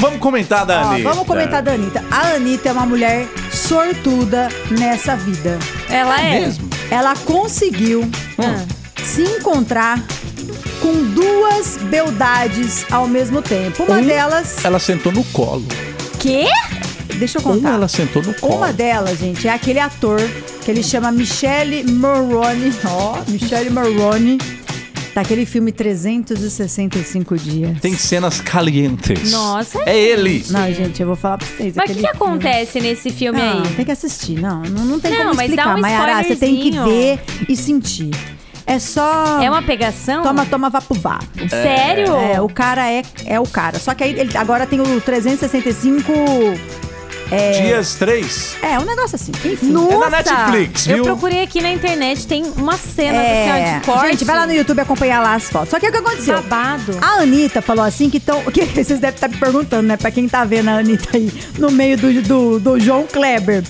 vamos comentar da Ó, Anitta. vamos comentar da Anitta. A Anitta é uma mulher sortuda nessa vida. Ela é. Mesmo? Ela conseguiu Hum. se encontrar com duas beldades ao mesmo tempo. Uma Um- delas. Ela sentou no colo. Quê? Deixa eu Uma contar. ela sentou no colo. Uma delas, gente, é aquele ator que ele chama Michele Morrone. Ó, Michele Morrone. Daquele filme 365 Dias. Tem cenas calientes. Nossa, É ele. Não, gente, eu vou falar pra vocês. Mas o aquele que que filme- acontece nesse filme Não, aí? tem que assistir. Não, não, não tem Não, como mas dá explicar, um Mayara. Você tem que ver spoilerzinho. e sentir. É só. É uma pegação? Toma, toma, vá pro vá. Sério? É, o cara é, é o cara. Só que aí ele, agora tem o 365. Dias 3. É, um negócio assim. Enfim. É na Netflix, viu? Eu procurei aqui na internet, tem uma cena assim, ó, É, de corte. Tá gente, vai lá no YouTube acompanhar lá as fotos. Só que o que aconteceu? Babado. A Anitta falou assim que estão. Que vocês devem estar me perguntando, né? Pra quem tá vendo a Anitta aí no meio do, do, do João Kleber.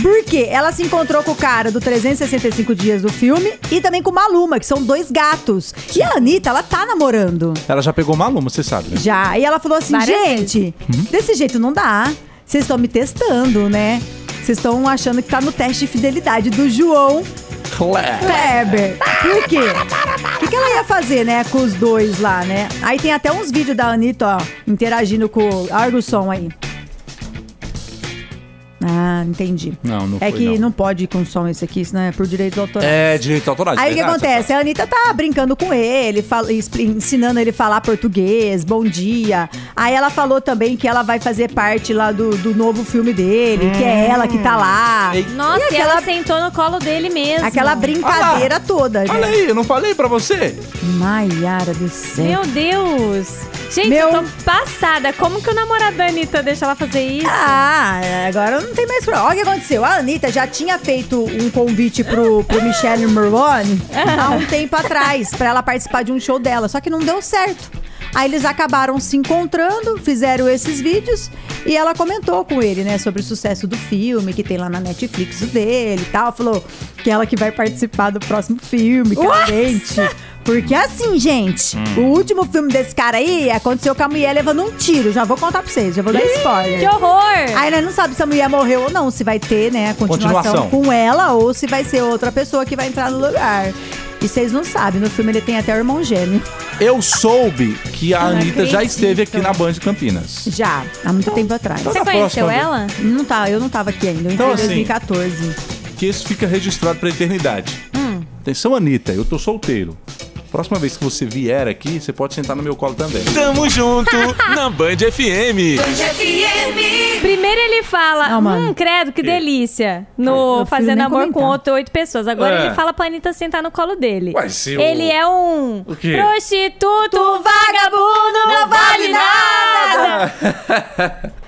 Por quê? Ela se encontrou com o cara do 365 dias do filme e também com o Maluma, que são dois gatos. E a Anitta, ela tá namorando. Ela já pegou Maluma, você sabe. Né? Já. E ela falou assim, Várias gente, desse jeito não dá. Vocês estão me testando, né? Vocês estão achando que tá no teste de fidelidade do João Claro. Kleber. Por quê? O que, que ela ia fazer, né, com os dois lá, né? Aí tem até uns vídeos da Anitta, ó, interagindo com o Arguson aí. Ah, entendi. Não, não É foi, que não. não. pode ir com som esse aqui, senão é por direitos autorais. É, direito autoral. Aí o que acontece? A Anitta tá brincando com ele, fala- expli- ensinando ele a falar português, bom dia. Aí ela falou também que ela vai fazer parte lá do, do novo filme dele, que é ela que tá lá. Ei. Nossa, E e ela aquela- sentou no colo dele mesmo. Aquela brincadeira toda, gente. Olha aí, eu não falei pra você? Maiara do céu. Meu Deus. Gente, Meu- eu tô passada. Como que o namorado da Anitta deixa ela fazer isso? Ah, agora não tem mais problema. Olha o que aconteceu. A Anitta já tinha feito um convite pro, pro Michelle Merlone há um tempo atrás, pra ela participar de um show dela. Só que não deu certo. Aí eles acabaram se encontrando, fizeram esses vídeos e ela comentou com ele, né, sobre o sucesso do filme que tem lá na Netflix o dele e tal. Falou que ela que vai participar do próximo filme, que What? gente. Porque assim, gente, o último filme desse cara aí aconteceu com a mulher levando um tiro. Já vou contar pra vocês, já vou dar spoiler. Que É. horror! Aí nós não sabe se a mulher morreu ou não, se vai ter, né, a continuação, Continuação. com ela ou se vai ser outra pessoa que vai entrar no lugar. E vocês não sabem, no filme ele tem até o irmão gêmeo. Eu soube que a Não Anitta já acredito. esteve aqui na Band Campinas. Já, há muito tempo atrás. então- Você na conheceu próxima, ela? Não tá, eu não tava aqui ainda, eu entrei Então, em assim, 2014. Que isso fica registrado pra eternidade. Hum. Atenção, Anitta, eu tô solteiro. Próxima vez que você vier aqui, você pode sentar no meu colo também. Tamo junto na Band FM. Primeiro ele fala, Não, mano. hum, credo, que delícia. No Eu prefiro Fazendo nem Amor comentar. com outro, oito pessoas. Agora É. ele fala pra Anitta sentar no colo dele. Ué, se o- Ele é um O quê? tá prostituto, vagabundo, não vale nada.